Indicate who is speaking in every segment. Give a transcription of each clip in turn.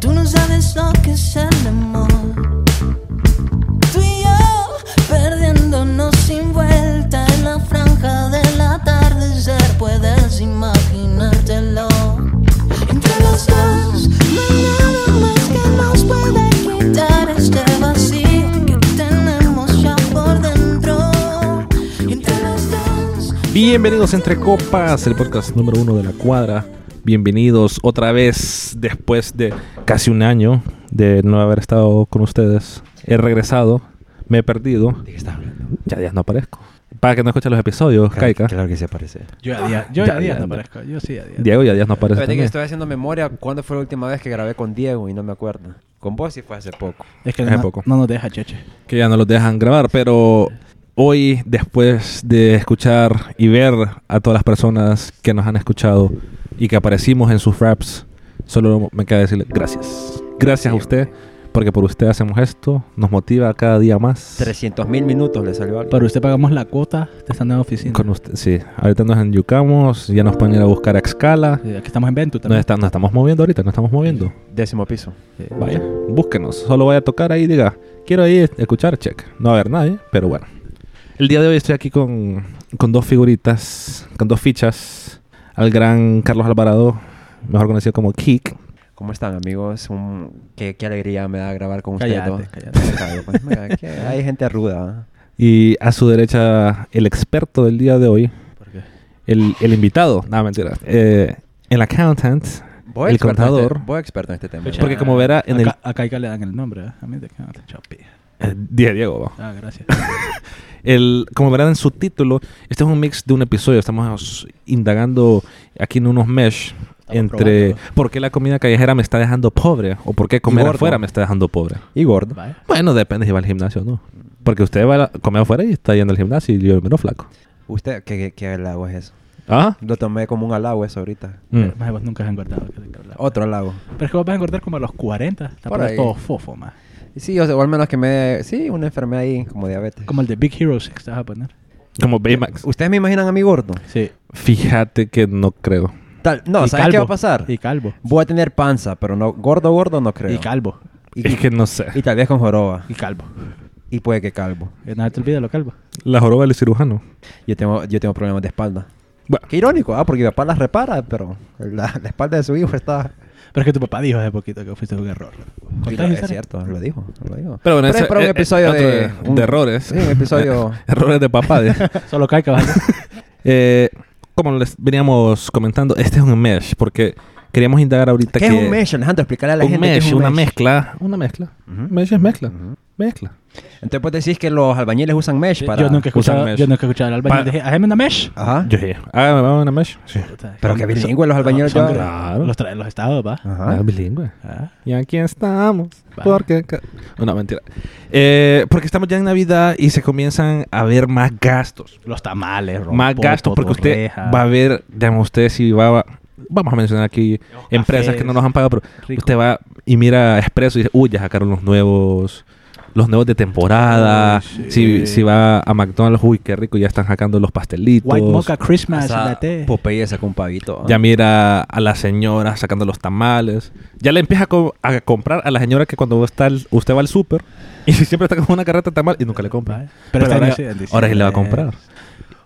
Speaker 1: Tú no sabes lo que es el amor. Tú y yo perdiéndonos sin vuelta en la franja del atardecer. Puedes imaginártelo. Entre los dos no hay nada más que nos pueda quitar este vacío que tenemos ya por dentro. Y entre los dos.
Speaker 2: Bienvenidos a Entre Copas, el podcast número uno de la cuadra. Bienvenidos otra vez después de casi un año de no haber estado con ustedes. He regresado, me he perdido,
Speaker 3: ¿De qué estás hablando?
Speaker 2: ya ya no aparezco. Para que no escuchen los episodios,
Speaker 3: Claro,
Speaker 2: Kaika.
Speaker 3: claro que se aparece.
Speaker 4: Yo a día, yo
Speaker 2: Ah, Ya,
Speaker 4: a
Speaker 2: ya,
Speaker 4: día
Speaker 2: no,
Speaker 4: no aparezco, yo sí a día.
Speaker 2: Diego ya ya no aparece.
Speaker 3: Espérate que
Speaker 2: también.
Speaker 3: estoy haciendo memoria cuándo fue la última vez que grabé con Diego y no me acuerdo. Con vos sí fue hace poco.
Speaker 4: Es que
Speaker 2: Hace
Speaker 4: no,
Speaker 2: poco.
Speaker 4: no nos deja, Cheche.
Speaker 2: que ya no los dejan grabar, pero hoy, después de escuchar y ver a todas las personas que nos han escuchado y que aparecimos en sus raps, solo me queda decirle gracias. Gracias a usted, porque por usted hacemos esto, nos motiva cada día más.
Speaker 3: 300 mil minutos le salió algo.
Speaker 4: Para usted pagamos la cuota de esta nueva oficina.
Speaker 2: Con usted, sí. Ahorita nos enyucamos, ya nos pueden ir a buscar a Excala.
Speaker 4: Eh, Aquí estamos en Ventu
Speaker 2: Nos,
Speaker 4: también.
Speaker 2: está- nos estamos moviendo ahorita, nos estamos moviendo.
Speaker 3: Décimo piso.
Speaker 2: Vaya, búsquenos. Solo vaya a tocar ahí y diga, quiero ir a escuchar check. No va a haber nadie, pero bueno. El día de hoy estoy aquí con, con dos figuritas, con dos fichas. Al gran Carlos Alvarado, mejor conocido como Kik.
Speaker 3: ¿Cómo están, amigos? Un- Qué, qué alegría me da grabar con ustedes
Speaker 4: Cállate,
Speaker 3: dos.
Speaker 4: cállate.
Speaker 3: Me cago, pues, mira, que hay gente ruda. ¿eh?
Speaker 2: Y a su derecha, el experto del día de hoy.
Speaker 3: ¿ah?
Speaker 2: El, el invitado. No, mentira. Eh, el accountant.
Speaker 3: Vos
Speaker 2: el
Speaker 3: experto en este-
Speaker 2: contador.
Speaker 3: vos experto en este tema.
Speaker 2: Porque como verá, en el...
Speaker 4: Acá- A Kaika le dan el nombre. ¿eh? A mí de que no te chapi.
Speaker 2: Eh, Diego, Diego, va.
Speaker 4: Ah, gracias.
Speaker 2: El, como verán en su título, este es un mix de un episodio. Estamos indagando aquí en unos mesh entre
Speaker 4: probando.
Speaker 2: por qué la comida callejera me está dejando pobre o por qué comer
Speaker 3: gordo.
Speaker 2: afuera me está dejando pobre.
Speaker 3: Y gordo.
Speaker 4: Vaya.
Speaker 2: Bueno, depende si va al gimnasio o no. Porque usted va a comer afuera y está yendo al gimnasio y yo menos flaco.
Speaker 3: ¿Usted qué, qué, qué halago es eso?
Speaker 2: ¿Ah?
Speaker 3: Lo tomé como un halago eso ahorita.
Speaker 2: Mm.
Speaker 4: Pero, maje, vos nunca has engordado. que te cabrón.
Speaker 3: Otro halago.
Speaker 4: Pero es que vos vas a engordar como a los 40. Está
Speaker 3: Por
Speaker 4: por
Speaker 3: ahí.
Speaker 4: todo fofo, más.
Speaker 3: Sí, o, sea, o al menos que me... Sí, una enfermedad ahí como diabetes.
Speaker 4: Como el de Big Hero 6 te vas a poner.
Speaker 2: Como Baymax.
Speaker 3: ¿Ustedes me imaginan a mí gordo?
Speaker 4: Sí.
Speaker 2: Fíjate que no creo.
Speaker 3: Tal- no,
Speaker 4: Y
Speaker 3: ¿sabes qué va
Speaker 4: calvo.
Speaker 3: a pasar?
Speaker 4: Y calvo.
Speaker 3: Voy a tener panza, pero no gordo, gordo no creo.
Speaker 4: Y calvo.
Speaker 3: Y,
Speaker 2: es que no sé.
Speaker 3: y tal vez con joroba.
Speaker 4: Y calvo.
Speaker 3: Y puede que calvo.
Speaker 4: Que No se te olvide lo calvo.
Speaker 2: La joroba del cirujano.
Speaker 3: Yo tengo, yo tengo problemas de espalda.
Speaker 2: Bueno,
Speaker 3: Qué irónico, ¿ah? Porque mi papá las repara, pero la, la espalda de su hijo está...
Speaker 4: Pero es que tu papá dijo hace poquito que fuiste un error.
Speaker 3: Y
Speaker 4: ¿Contás
Speaker 3: lo-
Speaker 4: esa-
Speaker 3: es cierto, lo dijo, lo dijo.
Speaker 2: pero bueno, ese-
Speaker 3: es para un
Speaker 2: eh, eh,
Speaker 3: episodio
Speaker 2: otro
Speaker 3: de... un-
Speaker 2: de errores.
Speaker 3: Sí, un episodio...
Speaker 2: errores de papá. de-
Speaker 4: Solo Kaika va a
Speaker 2: Eh, como les veníamos comentando, este es un mesh porque queríamos indagar ahorita
Speaker 3: ¿Qué
Speaker 2: que
Speaker 3: es un mesh, Alejandro? Explicarle a la
Speaker 2: un
Speaker 3: gente qué
Speaker 2: mesh,
Speaker 3: es
Speaker 2: una
Speaker 3: mesh.
Speaker 2: mezcla, una mezcla.
Speaker 3: Ujú.
Speaker 2: Mesh es mezcla,
Speaker 3: Ujú.
Speaker 2: mezcla.
Speaker 3: Entonces pues decís que los albañiles usan mesh para...
Speaker 4: Yo nunca he
Speaker 2: usar
Speaker 4: escuchado,
Speaker 2: mesh.
Speaker 4: yo nunca he escuchado al albañil.
Speaker 2: Para-
Speaker 4: Dije, "Hazme una mesh.
Speaker 3: Ajá.
Speaker 2: Yo dije, ah, ¿me va a una mesh. Sí.
Speaker 3: Pero que bilingüe los albañiles
Speaker 4: son-
Speaker 3: ya-
Speaker 2: Claro.
Speaker 4: Los traen los estados, va.
Speaker 2: Ah,
Speaker 3: Ajá.
Speaker 2: bilingüe.
Speaker 4: Ah.
Speaker 2: Y aquí estamos.
Speaker 4: Va.
Speaker 2: Porque. ca- No, mentira. Eh, porque estamos ya en Navidad y se comienzan a ver más gastos.
Speaker 4: Los tamales,
Speaker 2: más gastos porque usted va a ver, digamos, usted si va a... Vamos a mencionar aquí empresas que no nos han pagado, pero
Speaker 4: Rico.
Speaker 2: usted va y mira Expreso y dice, uy, ya sacaron los nuevos, los nuevos de temporada.
Speaker 4: Ay, sí.
Speaker 2: si, si va a McDonald's, uy, qué rico, ya están sacando los pastelitos.
Speaker 4: White Mocha Christmas,
Speaker 3: Esa
Speaker 4: latte.
Speaker 3: Popeye sacó un pavito. ¿ah?
Speaker 2: Ya mira a la señora sacando los tamales. Ya le empieza a, co- a comprar a la señora que cuando está al- usted va al súper y siempre está con una carreta de tamal y nunca le compra.
Speaker 4: Va. Pero este
Speaker 2: ahora,
Speaker 4: año sí, en diciembre.
Speaker 2: ahora sí le va a comprar.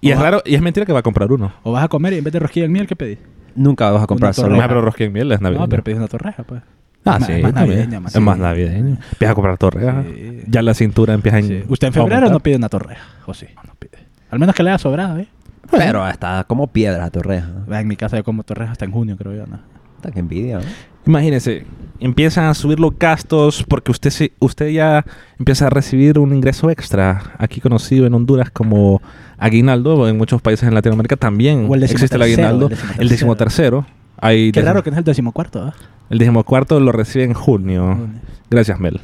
Speaker 2: Y es
Speaker 4: Ojalá.
Speaker 2: raro, y es mentira que va a comprar uno.
Speaker 4: O vas a comer y en vez de rosquilla el miel, ¿qué pedís?
Speaker 3: Nunca vas a comprar
Speaker 4: Una
Speaker 3: solo.
Speaker 4: torre.
Speaker 2: Más pero rosquilla en miel es navideño.
Speaker 4: No, pero pedís una torreja, pues.
Speaker 2: ah,
Speaker 4: Es
Speaker 2: sí,
Speaker 4: más- es más
Speaker 2: también.
Speaker 4: navideña, más-
Speaker 2: Es más navideño. Empieza a comprar torrejas.
Speaker 4: Sí.
Speaker 2: Ya la cintura empieza
Speaker 4: Sí.
Speaker 2: a
Speaker 4: ¿Usted en febrero
Speaker 2: aumentar.
Speaker 4: no pide una torreja? ¿O sí? No pide. Al menos que le haya sobrado, ¿eh?
Speaker 3: Pero está como piedra a torreja.
Speaker 4: En mi casa yo como torreja hasta en junio, creo yo, ¿no?
Speaker 3: Puta, qué envidia. ¿no?
Speaker 2: Imagínese, empiezan a subir los gastos porque usted, se- usted ya empieza a recibir un ingreso extra, aquí conocido en Honduras como aguinaldo, en muchos países en Latinoamérica también
Speaker 4: O el
Speaker 2: existe el
Speaker 4: decimotercero,
Speaker 2: aguinaldo,
Speaker 4: el decimotercero.
Speaker 2: el decimotercero. Hay
Speaker 4: Qué
Speaker 2: decim-
Speaker 4: raro que no es el decimocuarto, ¿ah?
Speaker 2: El decimocuarto lo recibe en junio.
Speaker 4: Junio.
Speaker 2: Gracias, Mel.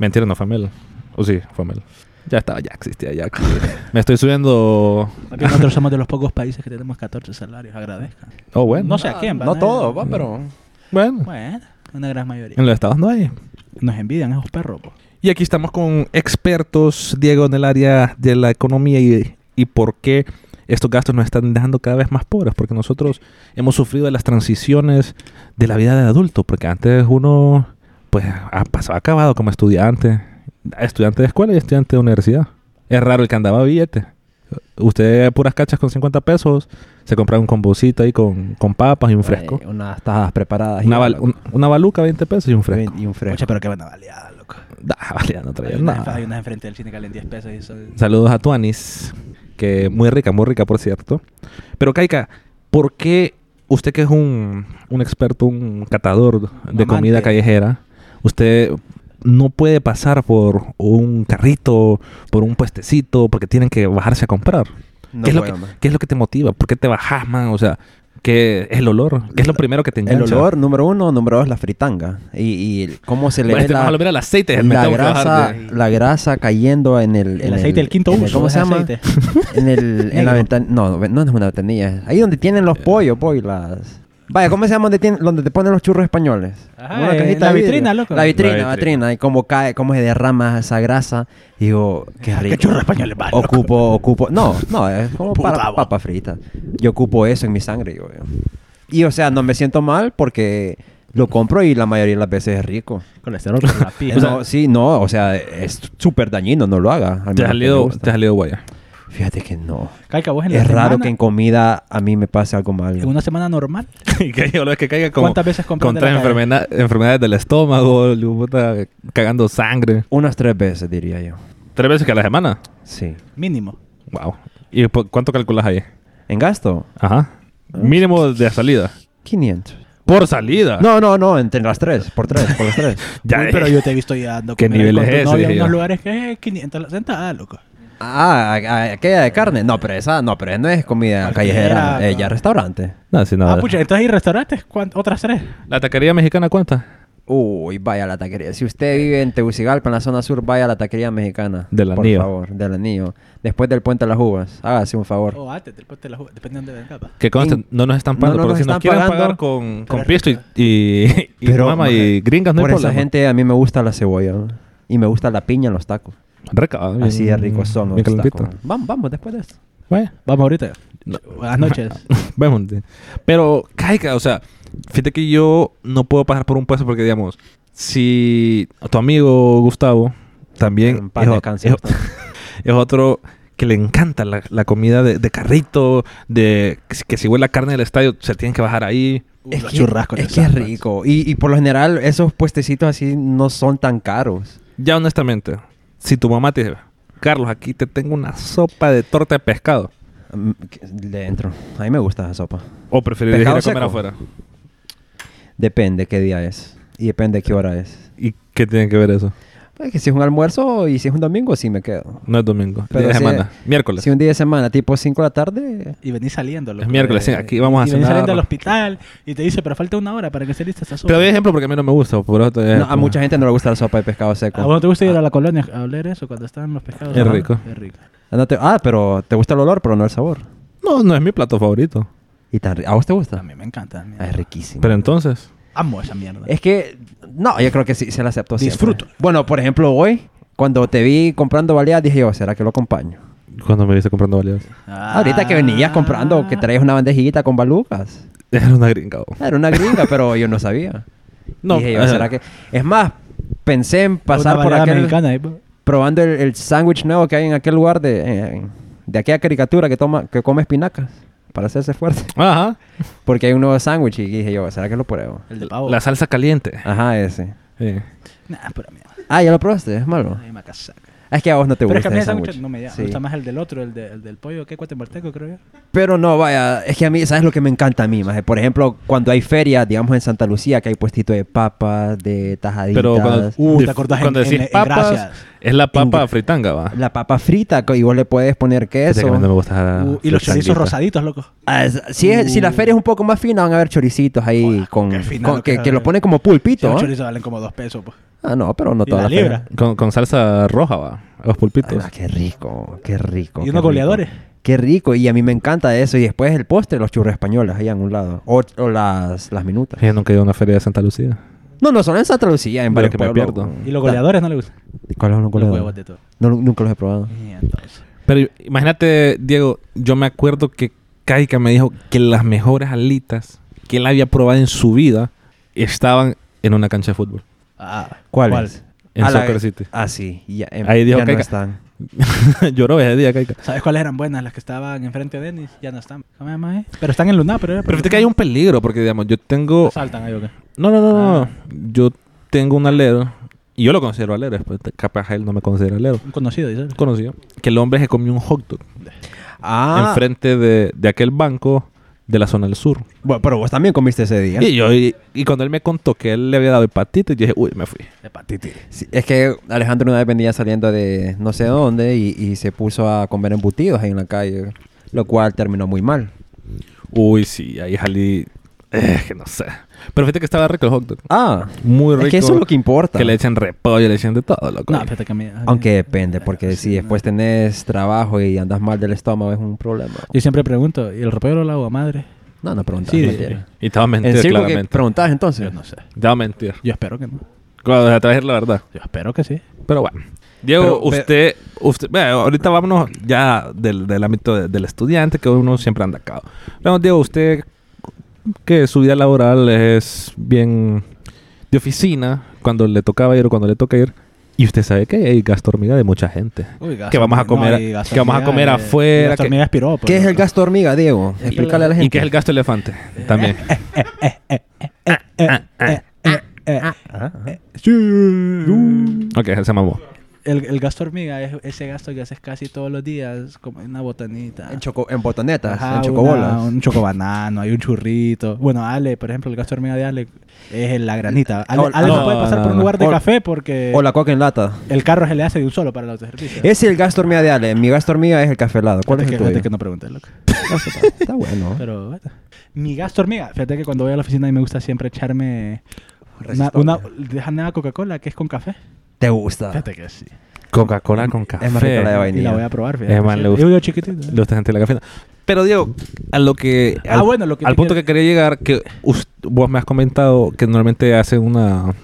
Speaker 2: Mentira, no fue Mel. O sí, fue Mel. Ya estaba, ya existía, ya. aquí. Me estoy subiendo...
Speaker 4: Aquí nosotros somos de los pocos países que tenemos 14 salarios, agradezcan.
Speaker 2: Oh, bueno.
Speaker 4: No sé a quién, va,
Speaker 3: No
Speaker 4: nadie-
Speaker 3: todo, va, pero.
Speaker 2: Bueno,
Speaker 4: Bueno, una gran mayoría.
Speaker 2: pues. en los estados no hay.
Speaker 4: Nos envidian esos perros, pues. po.
Speaker 2: Y aquí estamos con expertos, Diego, en el área de la economía y, y por qué estos gastos nos están dejando cada vez más pobres, porque nosotros hemos sufrido de las transiciones de la vida de adulto, porque antes uno pues ha pasado acabado como estudiante, estudiante de escuela y estudiante de universidad. Es raro el que andaba billete. Usted puras cachas con 50 pesos, se compraba un combocito ahí con, con papas y un fresco.
Speaker 3: Eh, unas tajadas preparadas.
Speaker 2: Una,
Speaker 3: y
Speaker 2: bal-
Speaker 3: algo.
Speaker 2: un- una baluca, 20 pesos y un fresco.
Speaker 3: Y un fresco.
Speaker 4: Oye, pero qué buena baleada, loco.
Speaker 2: Ah, vale, no
Speaker 4: Hay
Speaker 2: traía
Speaker 4: unas,
Speaker 2: nada.
Speaker 4: hay unas enfrente del cine que valen 10 pesos y son...
Speaker 2: Saludos a Tuanis, que muy rica, muy rica, por cierto. Pero, Kaika, ¿por qué usted que es un, un experto, un catador de
Speaker 4: amante.
Speaker 2: comida callejera, usted no puede pasar por un carrito, por un puestecito, porque tienen que bajarse a comprar?
Speaker 3: No
Speaker 2: ¿Qué, es lo que,
Speaker 3: puedo, man.
Speaker 2: qué es lo que te motiva? ¿Por qué te bajas, man? O sea, ¿qué es el olor? ¿Qué es lo primero que te
Speaker 3: El
Speaker 2: engancha?
Speaker 3: olor, número uno, número dos, la fritanga. Y, y cómo se le
Speaker 2: Bueno,
Speaker 3: ve
Speaker 2: este más
Speaker 3: la,
Speaker 2: olor al aceite. me
Speaker 3: la
Speaker 2: tengo que
Speaker 3: grasa,
Speaker 2: bajar de-
Speaker 3: la grasa cayendo en el... en
Speaker 4: El aceite del quinto
Speaker 3: en el-
Speaker 4: uso.
Speaker 3: ¿Cómo
Speaker 4: ese
Speaker 3: se llama?
Speaker 4: aceite.
Speaker 3: En, el, en la
Speaker 4: Negro.
Speaker 3: ventana... No, no es una ventanilla. Ahí donde tienen los pollos, pollos, las... Vaya, ¿cómo se llama donde, tienen, donde te ponen los churros españoles?
Speaker 4: Ajá,
Speaker 3: Como una
Speaker 4: eh,
Speaker 3: cajita
Speaker 4: la
Speaker 3: de vidrio.
Speaker 4: vitrina, loco.
Speaker 3: La vitrina,
Speaker 2: La
Speaker 3: la
Speaker 2: vitrina.
Speaker 3: vitrina. Y cómo cae, cómo se derrama esa grasa. Digo, qué
Speaker 4: Ah, qué
Speaker 3: rico.
Speaker 4: churros españoles, vale, loco.
Speaker 3: Ocupo, ocupo... No, no, es como
Speaker 4: Puta,
Speaker 3: para
Speaker 4: vos.
Speaker 3: papas fritas. Yo ocupo eso en mi sangre, yo. yo. Y, o sea, no me siento mal porque lo compro y la mayoría de las veces es rico.
Speaker 4: Colesterol con la
Speaker 3: Eh,
Speaker 4: pija.
Speaker 3: no, sí, no, o sea, es súper dañino, no lo haga. al
Speaker 2: Te has
Speaker 3: menos que me
Speaker 2: salido,
Speaker 3: gusta.
Speaker 2: te has salido guaya.
Speaker 3: Fíjate que no.
Speaker 4: Caica, vos Pues en la
Speaker 3: Es raro
Speaker 4: semana,
Speaker 3: que en comida a mí me pase algo mal.
Speaker 4: en una semana normal.
Speaker 2: Y que yo lo que caiga como
Speaker 4: ¿Cuántas veces compras
Speaker 2: con
Speaker 4: de
Speaker 2: tres
Speaker 4: la calle?
Speaker 2: enfermedad- enfermedades del estómago, le digo, puta, cagando sangre.
Speaker 3: Unas tres veces, diría yo.
Speaker 2: ¿Tres veces que a la semana?
Speaker 3: Sí.
Speaker 4: Mínimo.
Speaker 2: Wow. ¿Y po- cuánto calculas ahí?
Speaker 3: ¿En gasto?
Speaker 2: Ajá.
Speaker 3: Ah.
Speaker 2: Mínimo de salida.
Speaker 3: 500.
Speaker 2: Por
Speaker 4: Ah.
Speaker 2: salida.
Speaker 3: No, no, no, entre las tres, por tres, por las tres.
Speaker 2: Ya,
Speaker 4: Uy,
Speaker 2: eh.
Speaker 4: pero yo te he visto llevando
Speaker 2: ¿Qué nivel es ese,
Speaker 4: novia a
Speaker 2: dije yo?
Speaker 4: unos lugares que es 500 centavos, loco.
Speaker 3: Ah, a- a- aquella de carne. No, pero esa no, pero no es comida
Speaker 4: Cualquiera,
Speaker 3: callejera,
Speaker 4: no.
Speaker 3: eh, ya restaurante.
Speaker 2: No, sí, no. eh.
Speaker 4: ah,
Speaker 3: eh.
Speaker 4: pucha, entonces hay restaurantes, ¿cuán- otras tres.
Speaker 2: ¿La taquería mexicana cuenta?
Speaker 3: Uy, vaya a la taquería. Si usted vive en Tegucigalpa, en la zona sur, vaya a la taquería mexicana.
Speaker 2: Del
Speaker 3: Por
Speaker 2: Anillo.
Speaker 3: favor, del anillo. Después del puente de las uvas. Hágase un favor.
Speaker 4: O antes, después te la ju- depende de dónde vengas. va.
Speaker 2: Que conste,
Speaker 3: En-
Speaker 2: no nos están
Speaker 3: no,
Speaker 2: pagando,
Speaker 3: no
Speaker 2: pero
Speaker 3: nos
Speaker 2: si nos
Speaker 3: están
Speaker 2: quieren pagar
Speaker 3: pagando.
Speaker 2: con, con
Speaker 4: Pero-
Speaker 2: pisto y, y, y mama y
Speaker 3: maje,
Speaker 2: gringas, no hay
Speaker 3: por
Speaker 2: problema.
Speaker 3: esa gente a mí me gusta la cebolla ¿no? y me gusta la piña en los tacos.
Speaker 2: Rica, bien-
Speaker 3: Así de ricos son los
Speaker 2: bien calentito.
Speaker 3: tacos. Vamos, vamos, después de esto.
Speaker 2: Vaya.
Speaker 4: Vamos ahorita.
Speaker 2: No.
Speaker 4: Buenas noches.
Speaker 2: Vemos. Pero, caiga, o sea, fíjate que yo no puedo pasar por un puesto porque, digamos, si tu amigo Gustavo también
Speaker 3: En paz
Speaker 2: es, o-
Speaker 3: descanse,
Speaker 2: es-
Speaker 3: Gustavo.
Speaker 2: es otro que le encanta la, la comida de, de carrito, de que si- que si huele la carne del estadio se tienen que bajar ahí.
Speaker 4: Uh, los churrascos.
Speaker 3: es
Speaker 4: de
Speaker 3: que es
Speaker 4: San Juan.
Speaker 3: rico. Y, y por lo general, esos puestecitos así no son tan caros.
Speaker 2: Ya honestamente, si tu mamá te dice, Carlos, aquí te tengo una sopa de torta de pescado,
Speaker 3: Mm, que- Le entro. A mí me gusta esa sopa.
Speaker 2: o preferirías ir a
Speaker 3: Pescado
Speaker 2: comer
Speaker 3: seco.
Speaker 2: afuera.
Speaker 3: Depende qué día es. Y depende qué hora es.
Speaker 2: ¿Y qué tiene que ver eso?
Speaker 3: Pues que si es un almuerzo y si es un domingo, sí me quedo.
Speaker 2: No es domingo,
Speaker 3: Pero
Speaker 2: día de
Speaker 3: si-
Speaker 2: semana, miércoles.
Speaker 3: Si un día de semana, tipo 5 de la tarde,
Speaker 4: Y venís saliendo, loco.
Speaker 2: Es miércoles,
Speaker 3: eh,
Speaker 2: sí, aquí vamos a
Speaker 4: y venís
Speaker 2: cenar.
Speaker 4: saliendo al hospital y te dice, pero falta una hora para que se lista Ah, esta sopa.
Speaker 2: Te doy ejemplo porque a mí no me gusta. Por eso te doy
Speaker 3: no, a
Speaker 2: ejemplo.
Speaker 3: mucha gente no le gusta la sopa de pescado seco.
Speaker 4: ¿A vos no te gusta ir a la colonia a oler eso cuando están los pescados?
Speaker 2: Es
Speaker 4: Ajá,
Speaker 2: rico.
Speaker 4: Es rico.
Speaker 3: Ah, no te- ah, pero te gusta el olor, pero no el sabor.
Speaker 2: No, no es mi plato favorito.
Speaker 3: Y tan ri- ¿A vos te gusta?
Speaker 4: A mí me encanta. mira.
Speaker 3: Ah, es riquísimo.
Speaker 2: Pero entonces.
Speaker 4: Amo esa mierda.
Speaker 3: Es que, no, yo creo que sí, se la aceptó
Speaker 4: Disfruto.
Speaker 3: Bueno, por ejemplo, hoy, cuando te vi comprando baleadas, dije yo, ¿será que lo acompaño?
Speaker 2: Cuando me viste comprando baleadas.
Speaker 4: Ah.
Speaker 3: Ahorita que venías comprando, que traías una bandejita con balucas.
Speaker 2: Era una gringa. bo.
Speaker 3: Era una gringa, pero yo no sabía.
Speaker 2: No,
Speaker 3: Dije yo,
Speaker 2: ajá.
Speaker 3: ¿será que...? Es más, pensé en pasar
Speaker 4: Una
Speaker 3: por
Speaker 4: baleada
Speaker 3: aquel...
Speaker 4: mexicana, eh, po.
Speaker 3: Probando el, el sándwich nuevo que hay en aquel lugar de... eh, de aquella caricatura que toma que come espinacas para hacerse fuerte.
Speaker 2: Ajá.
Speaker 3: Porque hay un nuevo sándwich y dije yo, ¿será que lo pruebo?
Speaker 4: El de pavo.
Speaker 2: La salsa caliente.
Speaker 3: Ajá, ese.
Speaker 2: Ah, Sí.
Speaker 4: Nah, pura mierda.
Speaker 3: Ah, ya lo probaste, es malo.
Speaker 4: Ay, macasaca.
Speaker 3: Ah, Es que a vos no te
Speaker 4: Pero es
Speaker 3: gusta
Speaker 4: que a mí
Speaker 3: el
Speaker 4: ese
Speaker 3: sándwich.
Speaker 4: sándwich no me da.
Speaker 3: Sí.
Speaker 4: Me gusta más el del otro, el, de- el del pollo, que guatemalteco, creo yo.
Speaker 3: Pero no, vaya, es que a mí, ¿sabes lo que me encanta a mí? maje? Por ejemplo, cuando hay ferias, digamos en Santa Lucía, que hay puestito de papas, de tajaditas.
Speaker 2: Pero cuando,
Speaker 4: Uh,
Speaker 2: de-
Speaker 4: ¿te acordás
Speaker 2: cuando
Speaker 4: en-
Speaker 2: decís
Speaker 4: en- en
Speaker 2: papas,
Speaker 4: Gracias?
Speaker 2: es la papa
Speaker 3: En-
Speaker 2: fritanga, va.
Speaker 3: La papa frita, co- y vos le puedes poner
Speaker 2: Fíjate que
Speaker 3: queso.
Speaker 2: a mí no me gusta la
Speaker 4: Uh, y los
Speaker 2: fritanguita.
Speaker 4: chorizos rosaditos, loco.
Speaker 3: Ah, es- si, es- si la feria es un poco más fina, van a haber choricitos ahí
Speaker 4: Joder,
Speaker 3: con,
Speaker 4: qué fino
Speaker 3: con-
Speaker 4: lo
Speaker 3: que,
Speaker 4: Uh. que
Speaker 3: que lo
Speaker 4: sabe.
Speaker 3: ponen como
Speaker 4: Si
Speaker 3: pulpito.
Speaker 4: los
Speaker 3: ¿ah?
Speaker 4: chorizos valen como dos pesos, pues.
Speaker 3: Ah, no, pero no
Speaker 4: Y
Speaker 3: toda
Speaker 4: la
Speaker 3: la, feria.
Speaker 4: libra.
Speaker 2: Con, con salsa roja, va. Los pulpitos.
Speaker 3: Ah, qué rico, qué rico.
Speaker 4: Y
Speaker 3: qué
Speaker 4: unos
Speaker 3: rico.
Speaker 4: goleadores.
Speaker 3: Qué rico, y a mí me encanta eso. Y después el postre, los churros españoles, ahí en un lado. O, o las, las minutas.
Speaker 2: Yo nunca he ido a una feria de Santa Lucía.
Speaker 3: No, no, solo en Santa Lucía, en
Speaker 2: De lo
Speaker 3: varios
Speaker 2: que me
Speaker 3: pueblos.
Speaker 2: pierdo.
Speaker 4: Y los goleadores no le gustan.
Speaker 3: ¿Cuáles son los
Speaker 4: Los
Speaker 3: goleadores?
Speaker 4: huevos de todo.
Speaker 3: No, nu- nunca los he probado.
Speaker 4: Y entonces.
Speaker 2: Pero imagínate, Diego, yo me acuerdo que Kaika me dijo que las mejores alitas que él había probado en su vida estaban en una cancha de fútbol.
Speaker 4: Ah,
Speaker 3: ¿Cuál,
Speaker 4: ¿cuál?
Speaker 3: es?
Speaker 2: En
Speaker 3: Ah, la-
Speaker 2: Soccer City.
Speaker 3: Ah, sí. Ya, em-
Speaker 2: Ahí dijo
Speaker 3: ya no
Speaker 2: Kaika.
Speaker 3: están.
Speaker 2: Lloró ese día, Caica.
Speaker 4: ¿Sabes cuáles eran buenas? Las que estaban enfrente de Denis. Ya no están. ¿Cómo se llama, eh? Pero están en Luna, pero... era por
Speaker 2: Pero fíjate que hay un peligro, porque digamos, yo tengo.
Speaker 4: Luna. Saltan ahí, ¿o qué?
Speaker 2: No, no, no, no.
Speaker 4: Ah.
Speaker 2: Yo tengo un alero. Y yo lo considero alero. después te- capaz él no me considera alero.
Speaker 4: Un conocido, dice.
Speaker 2: Conocido. Que el hombre se comió un hot dog
Speaker 3: Ah,
Speaker 2: enfrente de, de aquel banco de la zona del sur.
Speaker 3: bueno, pero vos también comiste ese día.
Speaker 2: Y yo, y, y cuando él me contó que él le había dado hepatitis, yo dije, uy, me fui.
Speaker 4: Hepatitis.
Speaker 3: Sí, es que Alejandro una vez venía saliendo de no sé dónde y, y se puso a comer embutidos ahí en la calle, lo cual terminó muy mal.
Speaker 2: Uy, sí, ahí salí. Eh, que no sé. Pero fíjate que estaba rico el hot dog.
Speaker 3: Ah,
Speaker 2: Muy rico.
Speaker 3: es que eso es lo que importa.
Speaker 2: Que le echen repollo, le echen de todo, loco.
Speaker 4: No, fíjate que a mí...
Speaker 3: Aunque depende, porque
Speaker 4: Sí,
Speaker 3: si después tenés trabajo y andas mal del estómago es un problema.
Speaker 4: Yo siempre pregunto, ¿y el repollo lo hago a madre?
Speaker 3: No, no preguntas.
Speaker 4: Sí,
Speaker 3: mentira.
Speaker 2: Y te va a
Speaker 3: ¿En
Speaker 2: mentir,
Speaker 3: serio que
Speaker 2: claramente.
Speaker 3: preguntás entonces?
Speaker 4: Yo no sé.
Speaker 2: Te va a mentir.
Speaker 4: Yo espero que no.
Speaker 2: Claro, deja traer la verdad.
Speaker 4: Yo espero que sí.
Speaker 2: Pero bueno. Diego,
Speaker 3: Pero-
Speaker 2: usted, usted, vea, ahorita vámonos ya del, del ámbito de- del estudiante, que uno siempre anda acá. Vamos, Diego, usted que su vida laboral es bien de oficina, cuando le tocaba ir o cuando le toca ir, y usted sabe que hay gasto hormiga de mucha gente. que vamos a comer, que vamos a comer afuera. que-
Speaker 4: Gastronomía es piropo.
Speaker 3: ¿Qué es el gasto hormiga, Diego?
Speaker 2: y-
Speaker 3: Explícale a la gente.
Speaker 2: ¿Y qué es el gasto elefante? También.
Speaker 3: Ajá, ajá.
Speaker 4: Sí.
Speaker 2: ok, se mamó.
Speaker 4: El, el gasto hormiga es ese gasto que haces casi todos los días, como en una botanita.
Speaker 3: En, choco- en botonetas,
Speaker 4: Ajá,
Speaker 3: en chocobolas.
Speaker 4: una- un chocobanano, hay un churrito. Bueno, Ale, por ejemplo, el gasto hormiga de Ale es la granita. Ale,
Speaker 3: O-
Speaker 4: Ale no,
Speaker 2: no,
Speaker 4: puede pasar
Speaker 2: no,
Speaker 4: por un
Speaker 2: no.
Speaker 4: lugar de
Speaker 3: O-
Speaker 4: café porque
Speaker 3: O la coca en lata.
Speaker 4: el carro se le hace de un solo para el autoservicio.
Speaker 3: Ese es el gasto hormiga de Ale. Mi gasto hormiga es el café helado. Eh, ¿Cuál
Speaker 4: Fíjate
Speaker 3: es el
Speaker 4: que, fíjate
Speaker 3: tuyo?
Speaker 4: que no pregunté, loco.
Speaker 3: No sé, pa, Está bueno.
Speaker 4: Pero bueno. Mi gasto hormiga. Fíjate que cuando voy a la oficina y me gusta siempre echarme una,
Speaker 3: Resistol. Ah.
Speaker 4: una dejan una Coca-Cola que es con café.
Speaker 3: ¿Te gusta?
Speaker 4: Fíjate que sí.
Speaker 2: Coca-Cola con café.
Speaker 3: Es más rica la de vainilla.
Speaker 4: Y la voy a probar, fíjate.
Speaker 2: Es más,
Speaker 4: sí.
Speaker 2: le gusta-
Speaker 4: Yo digo chiquitito.
Speaker 2: Le gusta gente de la cafeína. Pero Diego, a lo que.
Speaker 4: Ah,
Speaker 2: al,
Speaker 4: bueno, lo que
Speaker 2: al
Speaker 4: te
Speaker 2: punto
Speaker 4: quiero-
Speaker 2: que quería llegar, que us- vos me has comentado que normalmente hacen una.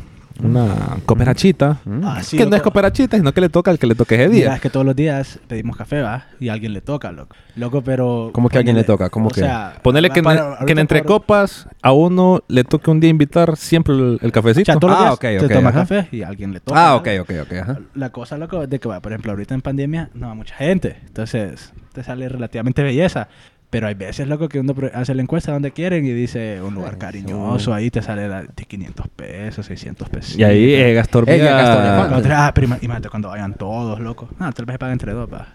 Speaker 2: Una cooperachita.
Speaker 3: Mm.
Speaker 4: Ah, sí,
Speaker 2: que no
Speaker 4: loco.
Speaker 2: es cooperachita, sino que le toca al que le toque ese
Speaker 4: Mira,
Speaker 2: día.
Speaker 4: es que todos los días pedimos café, ¿va? Y a alguien le toca, loco. Loco, pero...
Speaker 3: ¿Cómo que a alguien le toca? ¿Cómo
Speaker 4: o
Speaker 3: que?
Speaker 4: sea...
Speaker 2: Ponerle
Speaker 4: va
Speaker 2: que, en- e-,
Speaker 4: para-
Speaker 2: que en
Speaker 4: ahorita
Speaker 2: entre
Speaker 4: por-
Speaker 2: copas a uno le toque un día invitar siempre el, el
Speaker 4: O sea,
Speaker 2: cafecito.
Speaker 4: todos los
Speaker 3: Ah,
Speaker 4: días
Speaker 3: ok,
Speaker 4: te
Speaker 3: ok,
Speaker 4: tomas
Speaker 3: ajá.
Speaker 4: café y a alguien le toca.
Speaker 3: Ah, ok,
Speaker 4: ¿va?
Speaker 3: ok, ok. Ajá.
Speaker 4: La cosa, loco, es de que, va, por ejemplo, ahorita en pandemia no va mucha gente. Entonces, te sale relativamente belleza. Pero hay veces, loco, que uno pro- hace la encuesta donde quieren y dice un lugar
Speaker 3: Ay,
Speaker 4: cariñoso. Ahí te sale la- de 500 pesos, 600 pesos.
Speaker 2: y ahí eh, Gastón
Speaker 3: Eh, ya
Speaker 2: Hormiga-
Speaker 3: Gastón
Speaker 4: La
Speaker 3: Elefante.
Speaker 4: otra, ah, pero ima- imagínate cuando vayan todos, loco. Ah, tal vez se paga entre dos, va.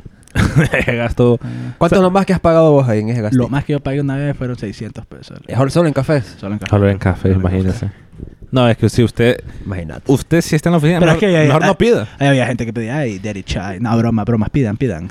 Speaker 2: Gastó.
Speaker 4: Ah.
Speaker 3: ¿Cuánto es lo más que has pagado vos ahí en ese gasto?
Speaker 4: Lo más que yo pagué una vez fueron 600 pesos. loco.
Speaker 3: ¿Es solo- solo en cafés?
Speaker 4: Solo en café.
Speaker 2: Solo en café,
Speaker 4: Solo en
Speaker 2: imagínese. No, es que si usted.
Speaker 3: Imagínate.
Speaker 2: Usted si está en la oficina,
Speaker 4: Pero
Speaker 2: mejor,
Speaker 4: es que ahí-
Speaker 2: mejor
Speaker 4: ahí-
Speaker 2: no pida.
Speaker 4: Ahí había gente que pedía, ay, Daddy Chai. No, broma, bromas, pidan, pidan.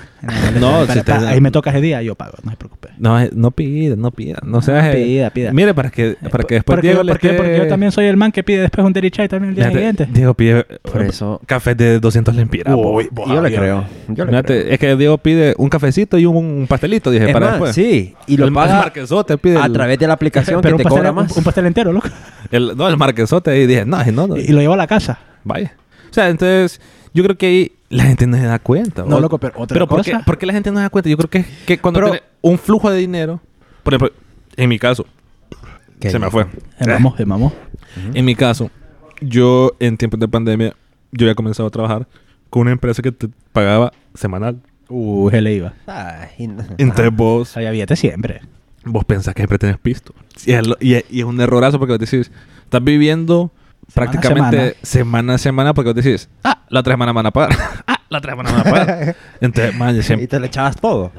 Speaker 2: No,
Speaker 4: Para-
Speaker 2: si te-
Speaker 4: para- ahí me toca ese día, yo pago, no se preocupe.
Speaker 2: No, eh, no pida, no pida. No seas. eh,
Speaker 4: Pida, pida.
Speaker 2: Mire, para que, para que después
Speaker 4: porque,
Speaker 2: Diego
Speaker 4: yo,
Speaker 2: le
Speaker 4: porque,
Speaker 2: esté-
Speaker 4: porque yo también soy el man que pide después un Daddy Chai también el día
Speaker 2: Fíjate,
Speaker 4: siguiente.
Speaker 2: Diego pide eh,
Speaker 3: Por eso-
Speaker 2: café de 200 lempiras. po.
Speaker 3: Y yo le creo. Yo le
Speaker 2: Fíjate,
Speaker 3: creo.
Speaker 2: es que Diego pide un cafecito y un, un pastelito, dije,
Speaker 3: Es
Speaker 2: para
Speaker 3: más,
Speaker 2: después.
Speaker 3: sí. Y lo
Speaker 2: el, el
Speaker 3: paga
Speaker 2: marquesote pide.
Speaker 3: a
Speaker 2: el-
Speaker 3: través de la aplicación que
Speaker 4: Pero
Speaker 3: te
Speaker 4: un pastel-
Speaker 3: cobra
Speaker 4: un-
Speaker 3: más.
Speaker 4: Un pastel entero, loco.
Speaker 2: el- no, el marquesote. Y dije, no, no, no.
Speaker 4: Y, y lo llevo a la casa.
Speaker 2: Vaya. O sea, entonces, yo creo que ahí la gente no se da cuenta.
Speaker 4: No,
Speaker 2: ¿o?
Speaker 4: loco, pero otra
Speaker 2: pero ¿por
Speaker 4: cosa.
Speaker 2: qué, por qué la gente no se da cuenta? Yo creo que, que cuando
Speaker 3: Pero-
Speaker 2: tiene un flujo de dinero, por ejemplo, en mi caso,
Speaker 3: ¿Qué
Speaker 2: se me
Speaker 3: dijo?
Speaker 2: fue.
Speaker 4: Eh, Vamos, eh, vamos.
Speaker 2: En mi caso, yo en tiempos de pandemia, yo había comenzado a trabajar con una empresa que te pagaba semanal.
Speaker 4: Uh, se le iba.
Speaker 3: Ay, no.
Speaker 2: Entonces vos,
Speaker 4: Sabía billete siempre.
Speaker 2: vos pensás que siempre tenés pisto. Y es, lo- y es- y es un errorazo porque vos decís, estás viviendo
Speaker 4: Semana a
Speaker 2: prácticamente semana a semana porque vos decís, ah, la otra semana me van a pagar. ah, la otra semana me van a pagar. Entonces, man, yo
Speaker 3: Y
Speaker 2: siempre-
Speaker 3: te le echabas todo.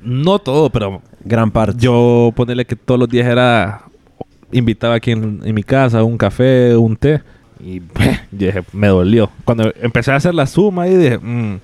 Speaker 2: no todo, pero
Speaker 3: Gran parte.
Speaker 2: yo ponerle que todos los días era, invitaba aquí en, en mi casa un café, un té. Y yo dije, me dolió. Cuando empecé a hacer la suma y dije, "Mm,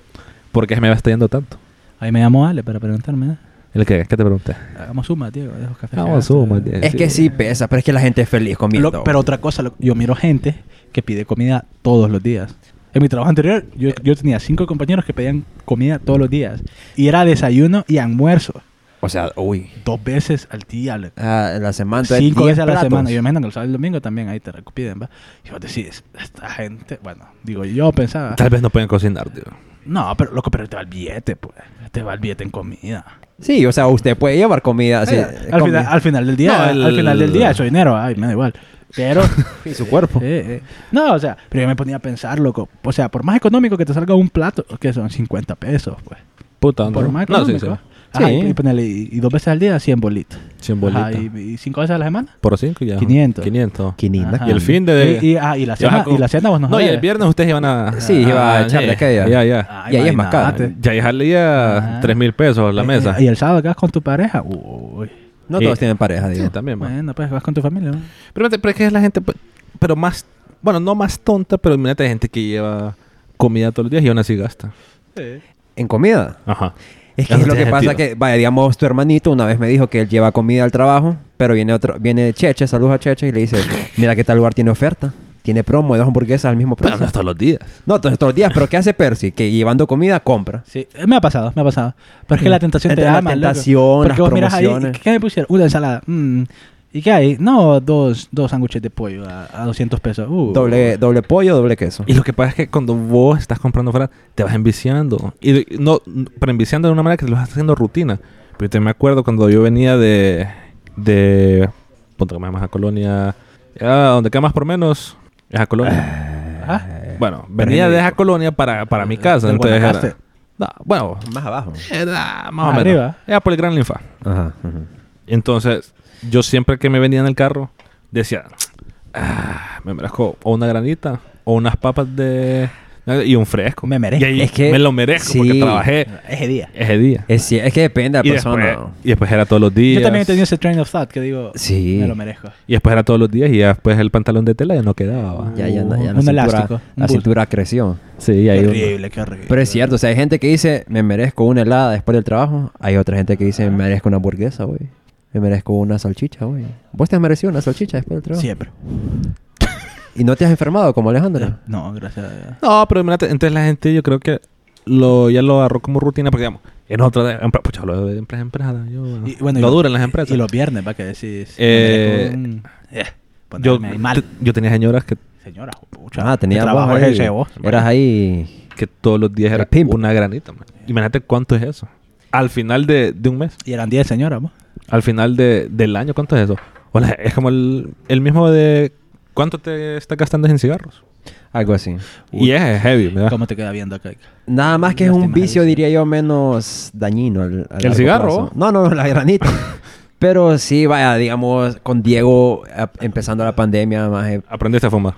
Speaker 2: ¿por qué se me va yendo tanto?
Speaker 4: Ahí me llamó Ale para preguntarme. ¿eh?
Speaker 2: ¿El qué? ¿Qué te pregunté?
Speaker 4: Hagamos suma, Diego. de esos cafés Ah, que
Speaker 2: Vamos,
Speaker 4: gastas.
Speaker 2: suma. tío,
Speaker 3: Es que sí pesa, pero es que la gente es feliz comiendo.
Speaker 4: Lo- pero otra cosa, lo- yo miro gente que pide comida todos los días. En mi trabajo anterior, yo, yo tenía cinco compañeros que pedían comida todos los días. Y era desayuno y almuerzo.
Speaker 3: O sea, uy.
Speaker 4: Dos veces al día. le-
Speaker 3: Ah, la semana. entonces,
Speaker 4: Cinco
Speaker 3: 10
Speaker 4: veces a la
Speaker 3: platos.
Speaker 4: semana. Yo imagino que el sábado y el domingo también ahí te recupiden, ¿va? Y vos decís, esta gente... Bueno, digo, yo pensaba...
Speaker 2: Tal vez no pueden cocinar, tío.
Speaker 4: No, pero loco, pero te va el billete, pues. Te va el billete en comida.
Speaker 3: Sí, o sea, usted puede llevar comida. sí,
Speaker 4: Eh, al,
Speaker 3: comida.
Speaker 4: final, al final del día,
Speaker 2: No, el-
Speaker 4: al final del día, eso dinero. Ay, me da igual. Pero.
Speaker 2: Y su cuerpo.
Speaker 4: eh, eh. No, o sea, pero yo me ponía a pensar, loco. O sea, por más económico que te salga un plato, que son 50 pesos, pues.
Speaker 2: Puta, ¿no?
Speaker 4: Por más
Speaker 2: No, sí,
Speaker 4: económico.
Speaker 2: sí. pues,
Speaker 4: ¿eh? Ajá,
Speaker 2: Sí.
Speaker 4: y, y ponele, y- y dos veces al día, 100 bolitas.
Speaker 2: 100
Speaker 4: Ajá,
Speaker 2: bolitas.
Speaker 4: y, y cinco veces a la semana.
Speaker 2: Por 5 ya.
Speaker 4: 500.
Speaker 2: 500.
Speaker 3: Quinina.
Speaker 4: Ajá.
Speaker 2: Y el fin de...
Speaker 4: Y, y- ah, y la
Speaker 2: Ya va
Speaker 4: cena,
Speaker 2: como-
Speaker 4: y la cena vos no
Speaker 2: No, y el
Speaker 4: sabés.
Speaker 2: viernes ustedes iban a... Ah,
Speaker 3: Sí, iba a echar de aquella.
Speaker 2: Ya, ya.
Speaker 4: Ah,
Speaker 3: Y ahí es más caro.
Speaker 4: imagínate.
Speaker 2: Ya dejarle ya
Speaker 4: Ajá.
Speaker 2: 3 mil pesos la
Speaker 4: Eh,
Speaker 2: mesa.
Speaker 4: Y el sábado que vas con tu pareja. Uy.
Speaker 3: No
Speaker 2: Y-
Speaker 3: todos tienen pareja, digo.
Speaker 2: Sí, Eh, también, va.
Speaker 4: Bueno, pues vas con tu familia. ¿no?
Speaker 2: Pero, pero es que es la gente, pues, pero más, bueno, no más tonta, pero imagínate hay gente que lleva comida todos los días y aún así gasta.
Speaker 3: ¿En comida?
Speaker 2: Ajá.
Speaker 3: Es que
Speaker 2: Eso
Speaker 3: es lo que
Speaker 2: tiene
Speaker 3: pasa
Speaker 2: sentido.
Speaker 3: que, vaya, digamos, tu hermanito una vez me dijo que él lleva comida al trabajo, pero viene otro, viene Cheche, saludos a Cheche y le dice, mira que tal lugar tiene oferta, tiene promo, de dos hamburguesas al mismo
Speaker 2: Pero
Speaker 3: precio.
Speaker 2: no es todos los días.
Speaker 3: No, entonces todos los días, pero ¿qué hace Percy? Que llevando comida compra.
Speaker 4: Sí, eh, me ha pasado, me ha pasado. Pero es que
Speaker 2: Mm.
Speaker 4: la tentación te
Speaker 3: Entre la
Speaker 4: da más, loco.
Speaker 3: tentación,
Speaker 4: Porque
Speaker 3: las
Speaker 4: vos mirás ahí,
Speaker 3: promociones.
Speaker 4: ¿Qué me pusieron? Una ensalada. mm, ¿Y qué hay? No, dos, dos sándwiches de pollo a, a 200 pesos. Uh.
Speaker 3: Doble, doble pollo, doble queso.
Speaker 2: Y lo que pasa es que cuando vos estás comprando fuera, te vas enviciando. Y de- no, n- pero enviciando de una manera que te lo vas haciendo rutina. Pero yo te me acuerdo cuando yo venía de, de, punto que me llamas a Colonia, ah, donde queda más por menos, es a Colonia.
Speaker 4: Ajá.
Speaker 2: bueno, venía de esa colonia para, para mi casa.
Speaker 4: Del
Speaker 2: Entonces era-
Speaker 4: Guanacaste.
Speaker 2: No, bueno,
Speaker 3: Más abajo.
Speaker 2: era más o menos.
Speaker 4: Arriba.
Speaker 2: Era por el Gran Linfa.
Speaker 3: Ajá. ujú.
Speaker 2: Entonces, yo siempre que me venía en el carro, decía, "Ah, me merezco o una granita o unas papas de... Y un fresco.
Speaker 4: Me merezco.
Speaker 2: Y ahí
Speaker 3: Es que-
Speaker 2: me lo merezco porque
Speaker 3: sí.
Speaker 2: trabajé
Speaker 4: Ese día.
Speaker 2: ese día.
Speaker 3: Es, sí, es que depende de la
Speaker 2: Y
Speaker 3: persona.
Speaker 2: después, y después era todos los días.
Speaker 4: Yo también he tenido ese train of thought que digo,
Speaker 3: Sí.
Speaker 4: me lo merezco.
Speaker 2: Y después era todos los días y ya después el pantalón de tela ya no quedaba. va.
Speaker 3: Ah, Ya, ya, no- ya
Speaker 4: Un
Speaker 3: la cintura-
Speaker 4: elástico, un
Speaker 3: la
Speaker 4: busto.
Speaker 3: cintura creció.
Speaker 2: Sí, y
Speaker 4: Qué
Speaker 2: ahí uno-
Speaker 4: horrible, qué horrible.
Speaker 3: Pero es cierto, o sea, hay gente que dice, me merezco una helada después del trabajo. Hay otra gente que dice, me merezco una hamburguesa, güey. Me merezco una salchicha, güey. ¿Vos te has merecido una salchicha después del trabajo?
Speaker 4: Siempre. Eh,
Speaker 3: ¿Y no te has enfermado como Alejandro?
Speaker 4: No, gracias a Dios.
Speaker 2: No, pero mira, entonces la gente yo creo que lo, ya lo agarró como rutina porque digamos, en otra empresa, pucha, lo de empresa en empresa, yo,
Speaker 4: Y, bueno, y
Speaker 2: lo
Speaker 4: lo-
Speaker 2: dura en las empresas.
Speaker 4: Y los viernes, va que decís.
Speaker 2: Eh,
Speaker 4: me merezco un- Eh,
Speaker 2: yo,
Speaker 4: ponerme ahí mal.
Speaker 2: te- yo tenía señoras que
Speaker 4: Señora, pucha.
Speaker 3: Ah, tenía
Speaker 4: ¿qué trabajo
Speaker 3: vos
Speaker 4: es
Speaker 3: ahí.
Speaker 4: ese vos?
Speaker 3: Eras ahí...
Speaker 2: que todos los días
Speaker 3: El
Speaker 2: era
Speaker 3: pimp.
Speaker 2: una granita. man. Imagínate cuánto es eso. Al final de, de un mes,
Speaker 4: Y eran 10 señoras, vos.
Speaker 2: al final de, del año, ¿cuánto es eso? O la- es como el, el mismo de cuánto te estás gastando en cigarros.
Speaker 3: Algo así.
Speaker 2: y es heavy, ¿verdad?
Speaker 4: ¿Cómo te queda viendo acá?
Speaker 3: Nada más que es
Speaker 4: Lástima
Speaker 3: un vicio,
Speaker 4: eso.
Speaker 3: diría yo, menos dañino. al- al
Speaker 2: ¿El
Speaker 3: largo
Speaker 2: cigarro?
Speaker 3: plazo. No, no, la granita. Pero sí, vaya, digamos, con Diego a- empezando la pandemia, más eh,
Speaker 2: Aprendiste a fumar.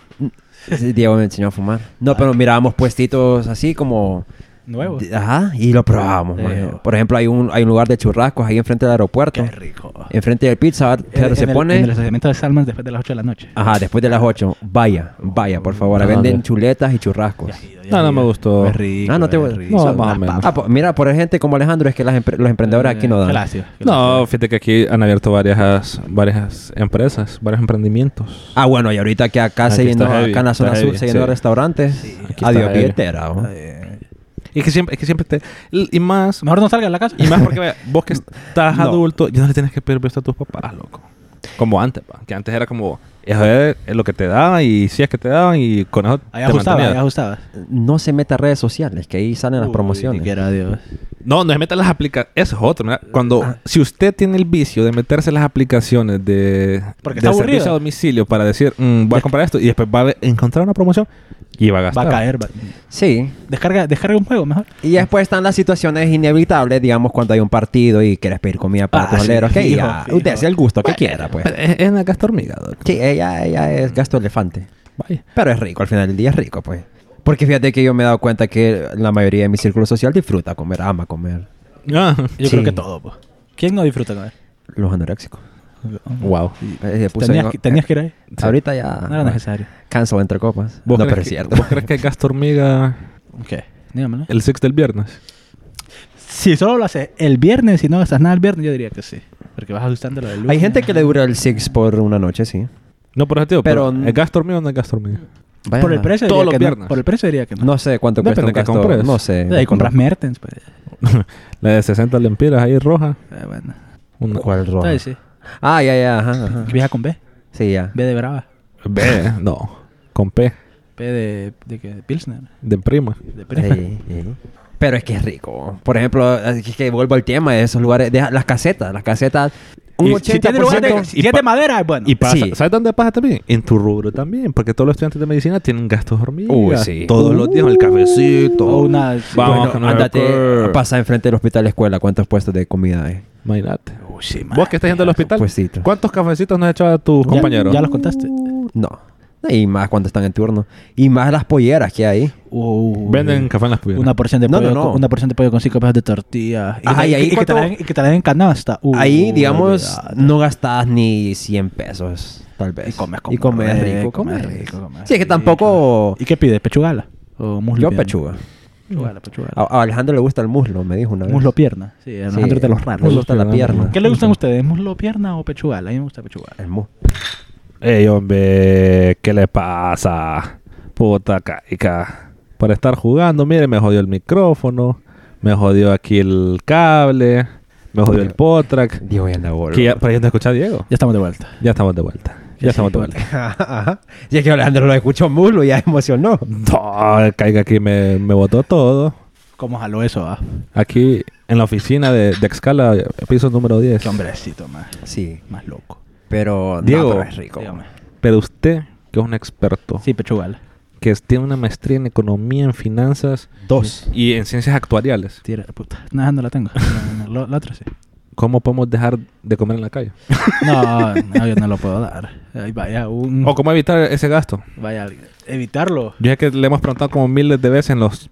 Speaker 3: Sí, Diego me enseñó a fumar.
Speaker 4: Ah,
Speaker 3: No, pero mirábamos puestitos así como...
Speaker 4: Nuevo.
Speaker 3: de- Ajá, y lo probábamos.
Speaker 4: Eh.
Speaker 3: maje. Por ejemplo, hay un, hay un lugar de churrascos ahí enfrente del aeropuerto.
Speaker 4: Qué rico.
Speaker 3: Enfrente del pizza, Hut, pero
Speaker 4: En-
Speaker 3: se
Speaker 4: en el-
Speaker 3: pone...
Speaker 4: en el estacionamiento de Salman después de las 8 de la noche.
Speaker 3: Ajá, después de las 8. Vaya, vaya, por favor.
Speaker 2: Ah,
Speaker 3: Venden
Speaker 2: ok.
Speaker 3: chuletas y churrascos.
Speaker 2: No, no me gustó.
Speaker 4: Es rico.
Speaker 3: Ah, no te
Speaker 4: es
Speaker 3: voy-
Speaker 4: rico.
Speaker 2: no,
Speaker 4: Son
Speaker 2: más o
Speaker 4: las
Speaker 2: menos.
Speaker 4: papas.
Speaker 3: Ah, po- mira, por gente como Alejandro es que las empre- los emprendedores aquí no
Speaker 4: Qué
Speaker 3: dan.
Speaker 4: lástima, qué
Speaker 2: No,
Speaker 4: lástima.
Speaker 2: fíjate que aquí han abierto varias, varias empresas, varios emprendimientos.
Speaker 3: Ah, bueno, y ahorita que acá
Speaker 2: Aquí
Speaker 3: se llenó,
Speaker 2: está heavy,
Speaker 3: acá en la
Speaker 2: está
Speaker 3: zona sur
Speaker 2: heavy,
Speaker 3: se llenó
Speaker 2: sí.
Speaker 3: de restaurantes.
Speaker 2: Aquí está
Speaker 3: Adiós,
Speaker 2: heavy.
Speaker 3: billetera. ¿no?
Speaker 4: Eh,
Speaker 2: Es que siempre, es que siempre te... Y más...
Speaker 4: Mejor no salgas de la casa.
Speaker 2: Y más porque vaya, vos que estás
Speaker 3: No.
Speaker 2: adulto, ya no le tienes que pedir beso a tus papás, loco. Como antes, pa. que antes era como, eso es es lo que te daban y si es que te daban y con eso
Speaker 4: Ahí
Speaker 2: te
Speaker 4: ajustabas,
Speaker 2: mantenías.
Speaker 4: ahí ajustabas.
Speaker 3: No se meta a redes sociales, que ahí salen las promociones.
Speaker 4: Dios.
Speaker 2: No, no se metan las aplicaciones. Eso es otro. mira. Cuando, si usted tiene el vicio de meterse las aplicaciones de,
Speaker 4: Porque
Speaker 2: de
Speaker 4: está aburrido.
Speaker 2: servicio a domicilio para decir, "Mm, voy a comprar esto y después va a ver- encontrar una promoción y va a
Speaker 4: Va
Speaker 2: gastar.
Speaker 4: a caer. va-
Speaker 3: Sí,
Speaker 4: Descarga, descarga un juego mejor.
Speaker 3: Y después están las situaciones inevitables, digamos, cuando hay un partido y quieres pedir comida para
Speaker 4: Ah,
Speaker 3: tus
Speaker 4: sí,
Speaker 3: aleros. que
Speaker 4: fijo,
Speaker 3: ya,
Speaker 4: fijo.
Speaker 3: usted hace el gusto que quiera, pues.
Speaker 2: Pero es, es una gasta hormiga, doc.
Speaker 3: Sí, ella, ella es gasto elefante.
Speaker 2: Vaya.
Speaker 3: Pero es rico, al final del día es rico, pues. Porque fíjate que yo me he dado cuenta que la mayoría de mi círculo social disfruta comer, ama comer.
Speaker 2: Ah,
Speaker 4: Yo
Speaker 3: Sí.
Speaker 4: creo que todo, pues. ¿Quién no disfruta con él?
Speaker 3: Los anoréxicos.
Speaker 2: wow.
Speaker 3: Eh, se puso
Speaker 4: Tenías,
Speaker 3: bien-
Speaker 4: que- tenías que ir ahí.
Speaker 3: eh, Ahorita ya...
Speaker 4: No era necesario.
Speaker 3: Cancel entre copas.
Speaker 2: ¿Vos
Speaker 3: No,
Speaker 2: crees
Speaker 3: pero es
Speaker 2: que-
Speaker 3: cierto.
Speaker 2: ¿Vos crees que es gasto hormiga
Speaker 4: ¿Qué? Dígamelo.
Speaker 2: el six del viernes?
Speaker 4: Si solo lo haces el viernes y no gastas nada el viernes, yo diría que sí. Porque vas ajustando lo del lunes.
Speaker 3: Hay gente que le dura el six por una noche, sí.
Speaker 2: No, por eso, tío,
Speaker 3: Pero-
Speaker 2: pero, ¿es gasto hormiga o no es gasto hormiga?
Speaker 3: Vaya.
Speaker 4: Por el precio
Speaker 2: Todos
Speaker 4: diría
Speaker 2: los
Speaker 4: que no.
Speaker 2: viernes.
Speaker 4: Por el precio diría que no.
Speaker 3: No sé cuánto cuesta
Speaker 2: Depende de
Speaker 3: un
Speaker 2: qué
Speaker 3: gasto.
Speaker 2: compres.
Speaker 3: No sé.
Speaker 4: Ahí compras Mertens, pues.
Speaker 2: La de 60 lempiras ahí roja.
Speaker 4: Eh, bueno.
Speaker 2: Una-
Speaker 3: ¿Cuál rojo?
Speaker 4: Entonces, sí.
Speaker 3: Ah, ya, ya. Ajá, ajá.
Speaker 4: Vieja con B.
Speaker 3: Sí, ya.
Speaker 4: B de Brava.
Speaker 2: B, no. Con P,
Speaker 4: P de, de que- de Pilsner.
Speaker 2: de prima.
Speaker 4: De Prima.
Speaker 3: Sí, sí. Pero es que es rico. Por ejemplo, es que vuelvo al tema de esos lugares, de las casetas. Las casetas, Un
Speaker 2: Y- si
Speaker 4: Si
Speaker 3: 80%.
Speaker 4: tiene lugar de, si
Speaker 2: y
Speaker 4: es
Speaker 2: pa-
Speaker 4: de madera, es bueno.
Speaker 2: Y pasa,
Speaker 3: Sí.
Speaker 2: ¿sabes dónde pasa también? En tu rubro también, porque todos los estudiantes de medicina tienen gastos hormigas.
Speaker 3: Uy, sí.
Speaker 2: Todos los días el cafecito.
Speaker 4: O una-
Speaker 2: Vamos
Speaker 3: Bueno,
Speaker 2: a comer
Speaker 3: ándate,
Speaker 2: curl.
Speaker 3: pasa enfrente del hospital escuela. ¿Cuántos puestos de comida hay?
Speaker 2: Imagínate.
Speaker 4: Uy, sí,
Speaker 2: Vos que estás yendo al hospital,
Speaker 3: puestitos.
Speaker 2: ¿cuántos cafecitos nos echaba tus
Speaker 4: Ya-
Speaker 2: compañeros?
Speaker 4: Ya los contaste.
Speaker 3: No. Y más cuando están en turno. Y más las polleras que hay.
Speaker 4: Uy.
Speaker 2: Venden café en las pulleras.
Speaker 4: Una porción de
Speaker 3: No,
Speaker 4: pollo,
Speaker 3: no, no.
Speaker 4: con- una porción de pollo con cinco pedazos de tortilla. Y, que
Speaker 3: Ajá,
Speaker 4: te-
Speaker 3: y ahí
Speaker 4: y que te
Speaker 3: cuánto-
Speaker 4: la den- y que te la den en canasta. Uy,
Speaker 3: Ahí, digamos,
Speaker 4: olvídate.
Speaker 3: no gastas ni 100 pesos, tal vez.
Speaker 4: Y comes,
Speaker 3: Y comes rico,
Speaker 4: comes
Speaker 3: comes
Speaker 4: rico,
Speaker 3: rico.
Speaker 4: comes
Speaker 3: Sí, es que
Speaker 4: rico.
Speaker 3: tampoco...
Speaker 4: ¿Y qué pides? ¿Pechugala? ¿O muslo
Speaker 3: Yo
Speaker 4: pierna?
Speaker 3: pechuga.
Speaker 4: Pechugala, pechugala.
Speaker 3: A, a Alejandro le gusta el muslo, me dijo una vez.
Speaker 4: muslo pierna. Sí, a Alejandro
Speaker 3: Sí,
Speaker 4: de los raros.
Speaker 3: Le gusta la
Speaker 2: Muslo
Speaker 3: pierna.
Speaker 2: pierna.
Speaker 4: ¿Qué le gustan a ustedes? ¿Muslo pierna o pechugala? A mí me gusta pechugala.
Speaker 3: El muslo.
Speaker 2: Ey, hombre, ¿qué le pasa? Puta caica. Por estar jugando, mire, me jodió el micrófono, me jodió aquí el cable, me jodió el potrack.
Speaker 3: Diego y anda boludo.
Speaker 2: Que ya, pero ya te escucha Diego.
Speaker 4: Ya estamos de vuelta.
Speaker 2: Ya estamos de vuelta. Ya estamos de vuelta.
Speaker 3: Ajá. Y es que Alejandro lo escuchó muslo y ya emocionó.
Speaker 2: No, caiga aquí, me, me botó todo.
Speaker 4: ¿Cómo jaló eso, ah?
Speaker 2: Aquí en la oficina de, de Excala, piso número 10.
Speaker 4: Qué hombrecito más,
Speaker 3: Sí,
Speaker 4: más loco.
Speaker 3: pero... no,
Speaker 2: Diego.
Speaker 3: pero es rico.
Speaker 4: Dígame.
Speaker 2: Pero usted, que es un experto,
Speaker 4: Sí, pechugala.
Speaker 2: que tiene una maestría en economía, en finanzas
Speaker 3: Dos.
Speaker 2: y en ciencias actuariales,
Speaker 4: Tira de puta. No, no la tengo. No, no, lo- La otra sí.
Speaker 2: ¿cómo podemos dejar de comer en la calle?
Speaker 4: No, no, yo no lo puedo dar. Ay, vaya, un...
Speaker 2: ¿O cómo evitar ese gasto?
Speaker 4: Vaya, evitarlo.
Speaker 2: Yo sé que le hemos preguntado como miles de veces en los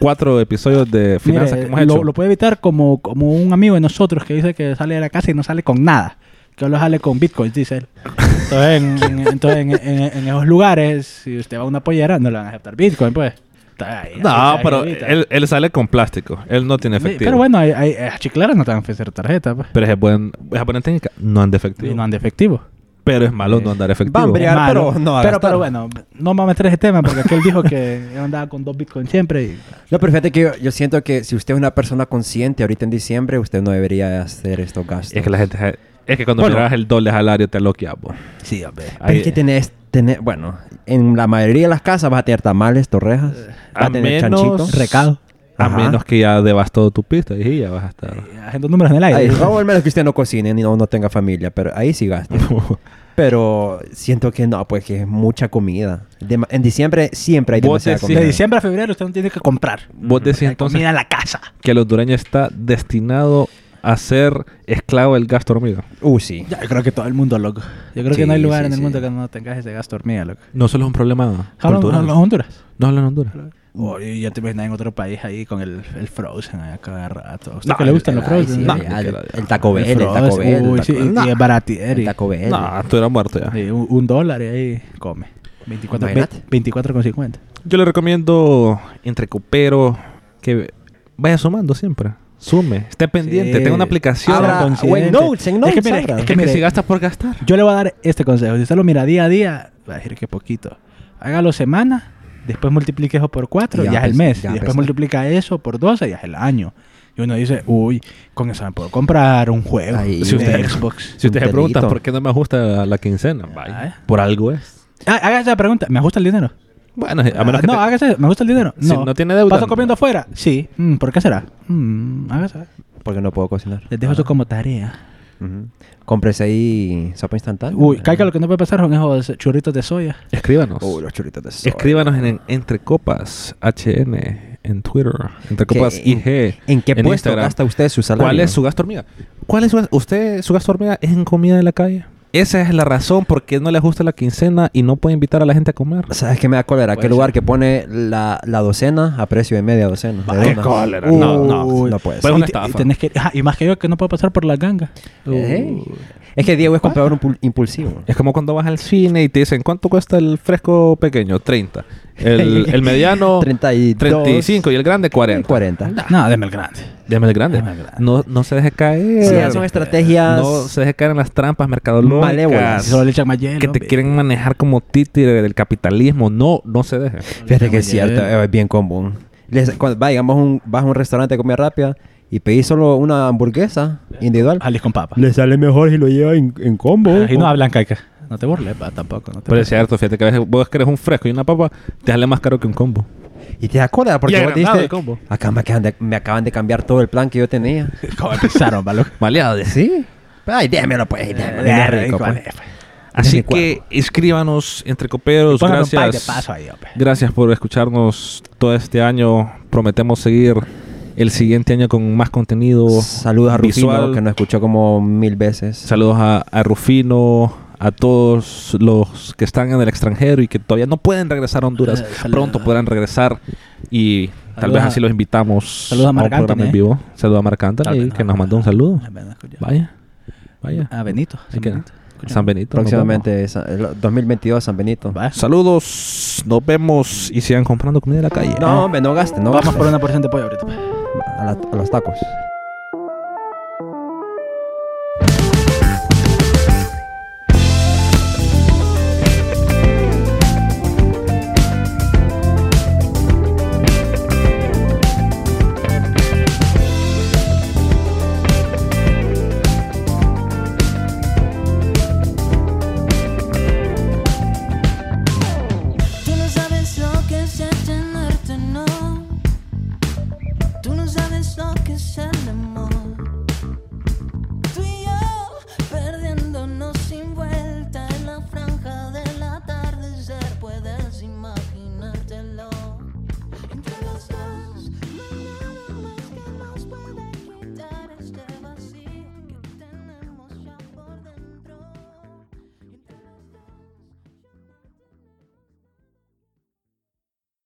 Speaker 2: cuatro episodios de finanzas
Speaker 4: Mire,
Speaker 2: que hemos
Speaker 4: lo,
Speaker 2: hecho.
Speaker 4: lo puede evitar como, como un amigo de nosotros que dice que sale de la casa y no sale con nada. Que lo sale con bitcoins, dice él. Entonces, en, en- entonces, en- en- en esos lugares, si usted va a una pollera, no le van a aceptar bitcoin, pues. Está ahí, ahí
Speaker 2: no,
Speaker 4: está
Speaker 2: pero
Speaker 4: ahorita.
Speaker 2: él, él sale con plástico. Él no tiene
Speaker 4: Sí,
Speaker 2: efectivo.
Speaker 4: Pero bueno, hay, hay- a chicleras no te van a ofrecer tarjeta, pues.
Speaker 2: Pero es buen, es buena técnica. No anda efectivo.
Speaker 4: Y no Eh, han de efectivo.
Speaker 2: Pero es malo no andar efectivo.
Speaker 3: Van, Brian. Crear, pero no va a
Speaker 4: pero,
Speaker 3: gastar.
Speaker 4: pero bueno, no me voy a meter ese tema porque aquel dijo que él andaba con dos bitcoins siempre y
Speaker 3: No, pero fíjate que yo, yo siento que si usted es una persona consciente ahorita en diciembre, usted no debería hacer estos gastos.
Speaker 2: Es que la gente... se- Es que cuando
Speaker 3: Bueno.
Speaker 2: miras el doble salario te loqueas, po.
Speaker 4: Sí, hombre.
Speaker 3: Pero es que tenés, tenés- bueno, en la mayoría de las casas vas a tener tamales, torrejas, vas
Speaker 2: a
Speaker 3: a tener
Speaker 2: menos-
Speaker 3: chanchito.
Speaker 4: Recado.
Speaker 2: A
Speaker 3: Ajá.
Speaker 2: menos que ya devastó tu pista y ya vas a estar...
Speaker 4: Eh, Haciendo números en el
Speaker 3: Ahí,
Speaker 4: aire.
Speaker 3: o al menos que usted no cocine ni no, no tenga familia, pero ahí sí gasta. pero siento que no, pues que es mucha comida. Dema- en diciembre siempre hay
Speaker 2: Vos
Speaker 3: demasiada
Speaker 2: decís-
Speaker 3: comida.
Speaker 4: De diciembre a febrero usted no tiene que comprar.
Speaker 2: Vos decís entonces
Speaker 4: Comida a la casa.
Speaker 2: que el hondureño está destinado a ser esclavo del gasto hormiga.
Speaker 3: Uh, sí.
Speaker 4: Ya, yo creo que todo el mundo, loco. Yo creo
Speaker 3: Sí,
Speaker 4: que no hay lugar
Speaker 3: sí,
Speaker 4: en el
Speaker 3: sí.
Speaker 4: mundo que no tengas ese gasto hormiga, loco.
Speaker 2: No solo es un problema
Speaker 4: Hablan
Speaker 2: cultural.
Speaker 4: los Honduras.
Speaker 2: No hablan Honduras.
Speaker 4: Oh, y ya te imaginas en otro país ahí con el, el Frozen ahí a cada rato. ¿A usted
Speaker 2: No,
Speaker 4: que le
Speaker 2: el-
Speaker 4: gustan los
Speaker 3: Ay,
Speaker 4: Frozen?
Speaker 3: sí,
Speaker 2: No,
Speaker 3: ay,
Speaker 2: ni
Speaker 3: al-
Speaker 2: que
Speaker 3: el,
Speaker 2: la-
Speaker 3: Taco Bell, el Taco
Speaker 4: Frozen,
Speaker 3: Bell.
Speaker 4: uy,
Speaker 3: el
Speaker 4: sí,
Speaker 3: Taco-
Speaker 4: y- y es baratieri.
Speaker 3: El Taco Bell.
Speaker 2: No, tú eras muerto ya.
Speaker 4: Sí, un, un dólar y ahí come. 24,
Speaker 3: Imagínate.
Speaker 4: ve- 24,50.
Speaker 2: Yo le recomiendo entre cupero que vaya sumando siempre. Sume, esté pendiente,
Speaker 4: Sí.
Speaker 2: tenga una aplicación.
Speaker 4: Abra-
Speaker 2: con-
Speaker 4: consciente.
Speaker 3: en notes, en
Speaker 4: Es
Speaker 3: notes.
Speaker 4: que mira,
Speaker 3: abra.
Speaker 4: es
Speaker 2: que
Speaker 4: mire.
Speaker 2: si gastas por gastar.
Speaker 4: Yo le voy a dar este consejo. Si usted lo mira día a día, va a decir que poquito. Hágalo semana, después multiplique eso por 4,
Speaker 3: Y
Speaker 4: ya,
Speaker 3: ya
Speaker 4: es el
Speaker 3: empezó,
Speaker 4: mes.
Speaker 3: ya
Speaker 4: y después
Speaker 3: empezó.
Speaker 4: multiplica eso por 12, ya es el año. Y uno dice, uy, con eso me puedo comprar un juego
Speaker 3: Ahí,
Speaker 4: si
Speaker 2: Si
Speaker 4: usted
Speaker 2: usted-
Speaker 4: Xbox.
Speaker 2: Si ustedes
Speaker 3: Un
Speaker 2: se preguntan
Speaker 3: telito.
Speaker 2: por qué no me ajusta la quincena, vaya,
Speaker 4: Ah, ¿eh?
Speaker 2: por algo es.
Speaker 4: Ah, haga esa pregunta, ¿me gusta el dinero?
Speaker 2: Bueno, Eh, a
Speaker 4: Ah,
Speaker 2: menos que
Speaker 4: no,
Speaker 2: te-
Speaker 4: hágase, ¿me gusta el dinero? No.
Speaker 2: Si no tiene deuda,
Speaker 4: ¿Paso
Speaker 2: no.
Speaker 4: comiendo afuera? Sí. Mm, ¿Por qué será? Mm, hágase.
Speaker 3: Porque no puedo cocinar.
Speaker 4: Les
Speaker 2: Ah.
Speaker 4: dejo eso como tarea.
Speaker 3: Ujú. Cómprese ahí sopa instantánea.
Speaker 4: Uy,
Speaker 2: Ah.
Speaker 4: caiga lo que no puede pasar son esos churritos de soya.
Speaker 2: escríbanos.
Speaker 3: Uy, los churritos de soya.
Speaker 2: Escríbanos en, en- Entre Copas HN en Twitter, Entre
Speaker 3: ¿Qué-
Speaker 2: Copas
Speaker 3: en-
Speaker 2: IG.
Speaker 3: en qué puesto
Speaker 2: Instagram.
Speaker 3: gasta usted su salario?
Speaker 2: ¿Cuál es su gasto hormiga? ¿Cuál es su, usted su gasto hormiga es en comida de la calle? Esa es la razón por qué no le ajusta la quincena y no puede invitar a la gente a comer.
Speaker 3: ¿Sabes qué me da cólera? Aquel lugar que pone la, la docena a precio de media docena. de
Speaker 4: Qué
Speaker 3: dona.
Speaker 4: cólera.
Speaker 3: Uy,
Speaker 2: No, no.
Speaker 3: No
Speaker 2: Pues
Speaker 3: puede ser.
Speaker 2: una
Speaker 4: Y te- y
Speaker 2: estafa.
Speaker 4: tenés que- ajá, y más que yo que no puedo pasar por la ganga.
Speaker 3: Ey. Es que Diego es comprador impul- impulsivo.
Speaker 2: Es como cuando vas al cine y te dicen, ¿cuánto cuesta el fresco pequeño? 30. El, el mediano,
Speaker 3: 32.
Speaker 2: 35. Y el grande, 40.
Speaker 3: 40.
Speaker 4: No, deme el grande.
Speaker 2: Déjame el grande.
Speaker 4: Déjame el grande.
Speaker 2: No, no se deje caer.
Speaker 3: Sí, son estrategias
Speaker 2: No se deje caer en las trampas mercadológicas.
Speaker 3: Malévolas.
Speaker 4: Si solo le echan más hielo,
Speaker 2: que te
Speaker 4: hombre.
Speaker 2: quieren manejar como títere del capitalismo. No, no se deje.
Speaker 3: Fíjate que es cierto, eh,
Speaker 4: Mañana.
Speaker 3: es bien común. Les, cuando, va, digamos, un, vas a un restaurante de comida rápida y pedís solo una hamburguesa individual.
Speaker 4: Jalís con papa.
Speaker 5: Le sale mejor si lo lleva en, en combo.
Speaker 4: Ah, Y no hablan caca. No te burles, pa, tampoco. No te
Speaker 2: Pero es
Speaker 4: burles.
Speaker 2: cierto, fíjate que a veces vos querés un fresco y una papa, te sale más caro que un combo.
Speaker 3: Y te da cólera
Speaker 2: Y
Speaker 3: porque vos
Speaker 2: agrandado
Speaker 3: dijiste,
Speaker 2: el combo.
Speaker 3: acá me acaban, de, me acaban de cambiar todo el plan que yo tenía.
Speaker 4: ¿Cómo empezaron, balo?
Speaker 2: Maleado, de-
Speaker 3: Sí. Ay, démelo pues, démelo,
Speaker 4: Eh,
Speaker 3: bien rico,
Speaker 4: cuál
Speaker 3: pues.
Speaker 4: es, pues.
Speaker 2: Así
Speaker 3: mi
Speaker 2: que inscríbanos entre coperos.
Speaker 4: Pónganle un pack
Speaker 2: Gracias.
Speaker 4: de paso ahí, hombre.
Speaker 2: Gracias por escucharnos todo este año. Prometemos seguir el siguiente año con más contenido.
Speaker 3: pues. Saludos a Rufino,
Speaker 2: visual.
Speaker 3: que nos escuchó como mil veces.
Speaker 2: Saludos a, a Rufino, a todos los que están en el extranjero y que todavía no pueden regresar a Honduras.
Speaker 4: Eh, saludos.
Speaker 2: Pronto podrán regresar y tal
Speaker 4: Saludos
Speaker 2: vez
Speaker 4: a-
Speaker 2: así los invitamos
Speaker 4: saludos a Marc
Speaker 2: un programa
Speaker 4: Anthony,
Speaker 2: en
Speaker 4: eh.
Speaker 2: vivo. Saludos a Marc Anthony, que nos mandó un saludo. Vaya, vaya.
Speaker 4: A Ah, Benito.
Speaker 2: Así que,
Speaker 4: Escucha.
Speaker 2: San Benito. nos
Speaker 3: Próximamente, Sa- el 2022, San Benito.
Speaker 4: Va.
Speaker 2: vemos. Saludos, nos vemos y sigan comprando comida de la calle.
Speaker 3: No, hombre, no gasten, no
Speaker 4: Vamos
Speaker 3: gasten.
Speaker 4: por una porción de pollo ahorita. pues.
Speaker 3: A, la- a los tacos.
Speaker 1: este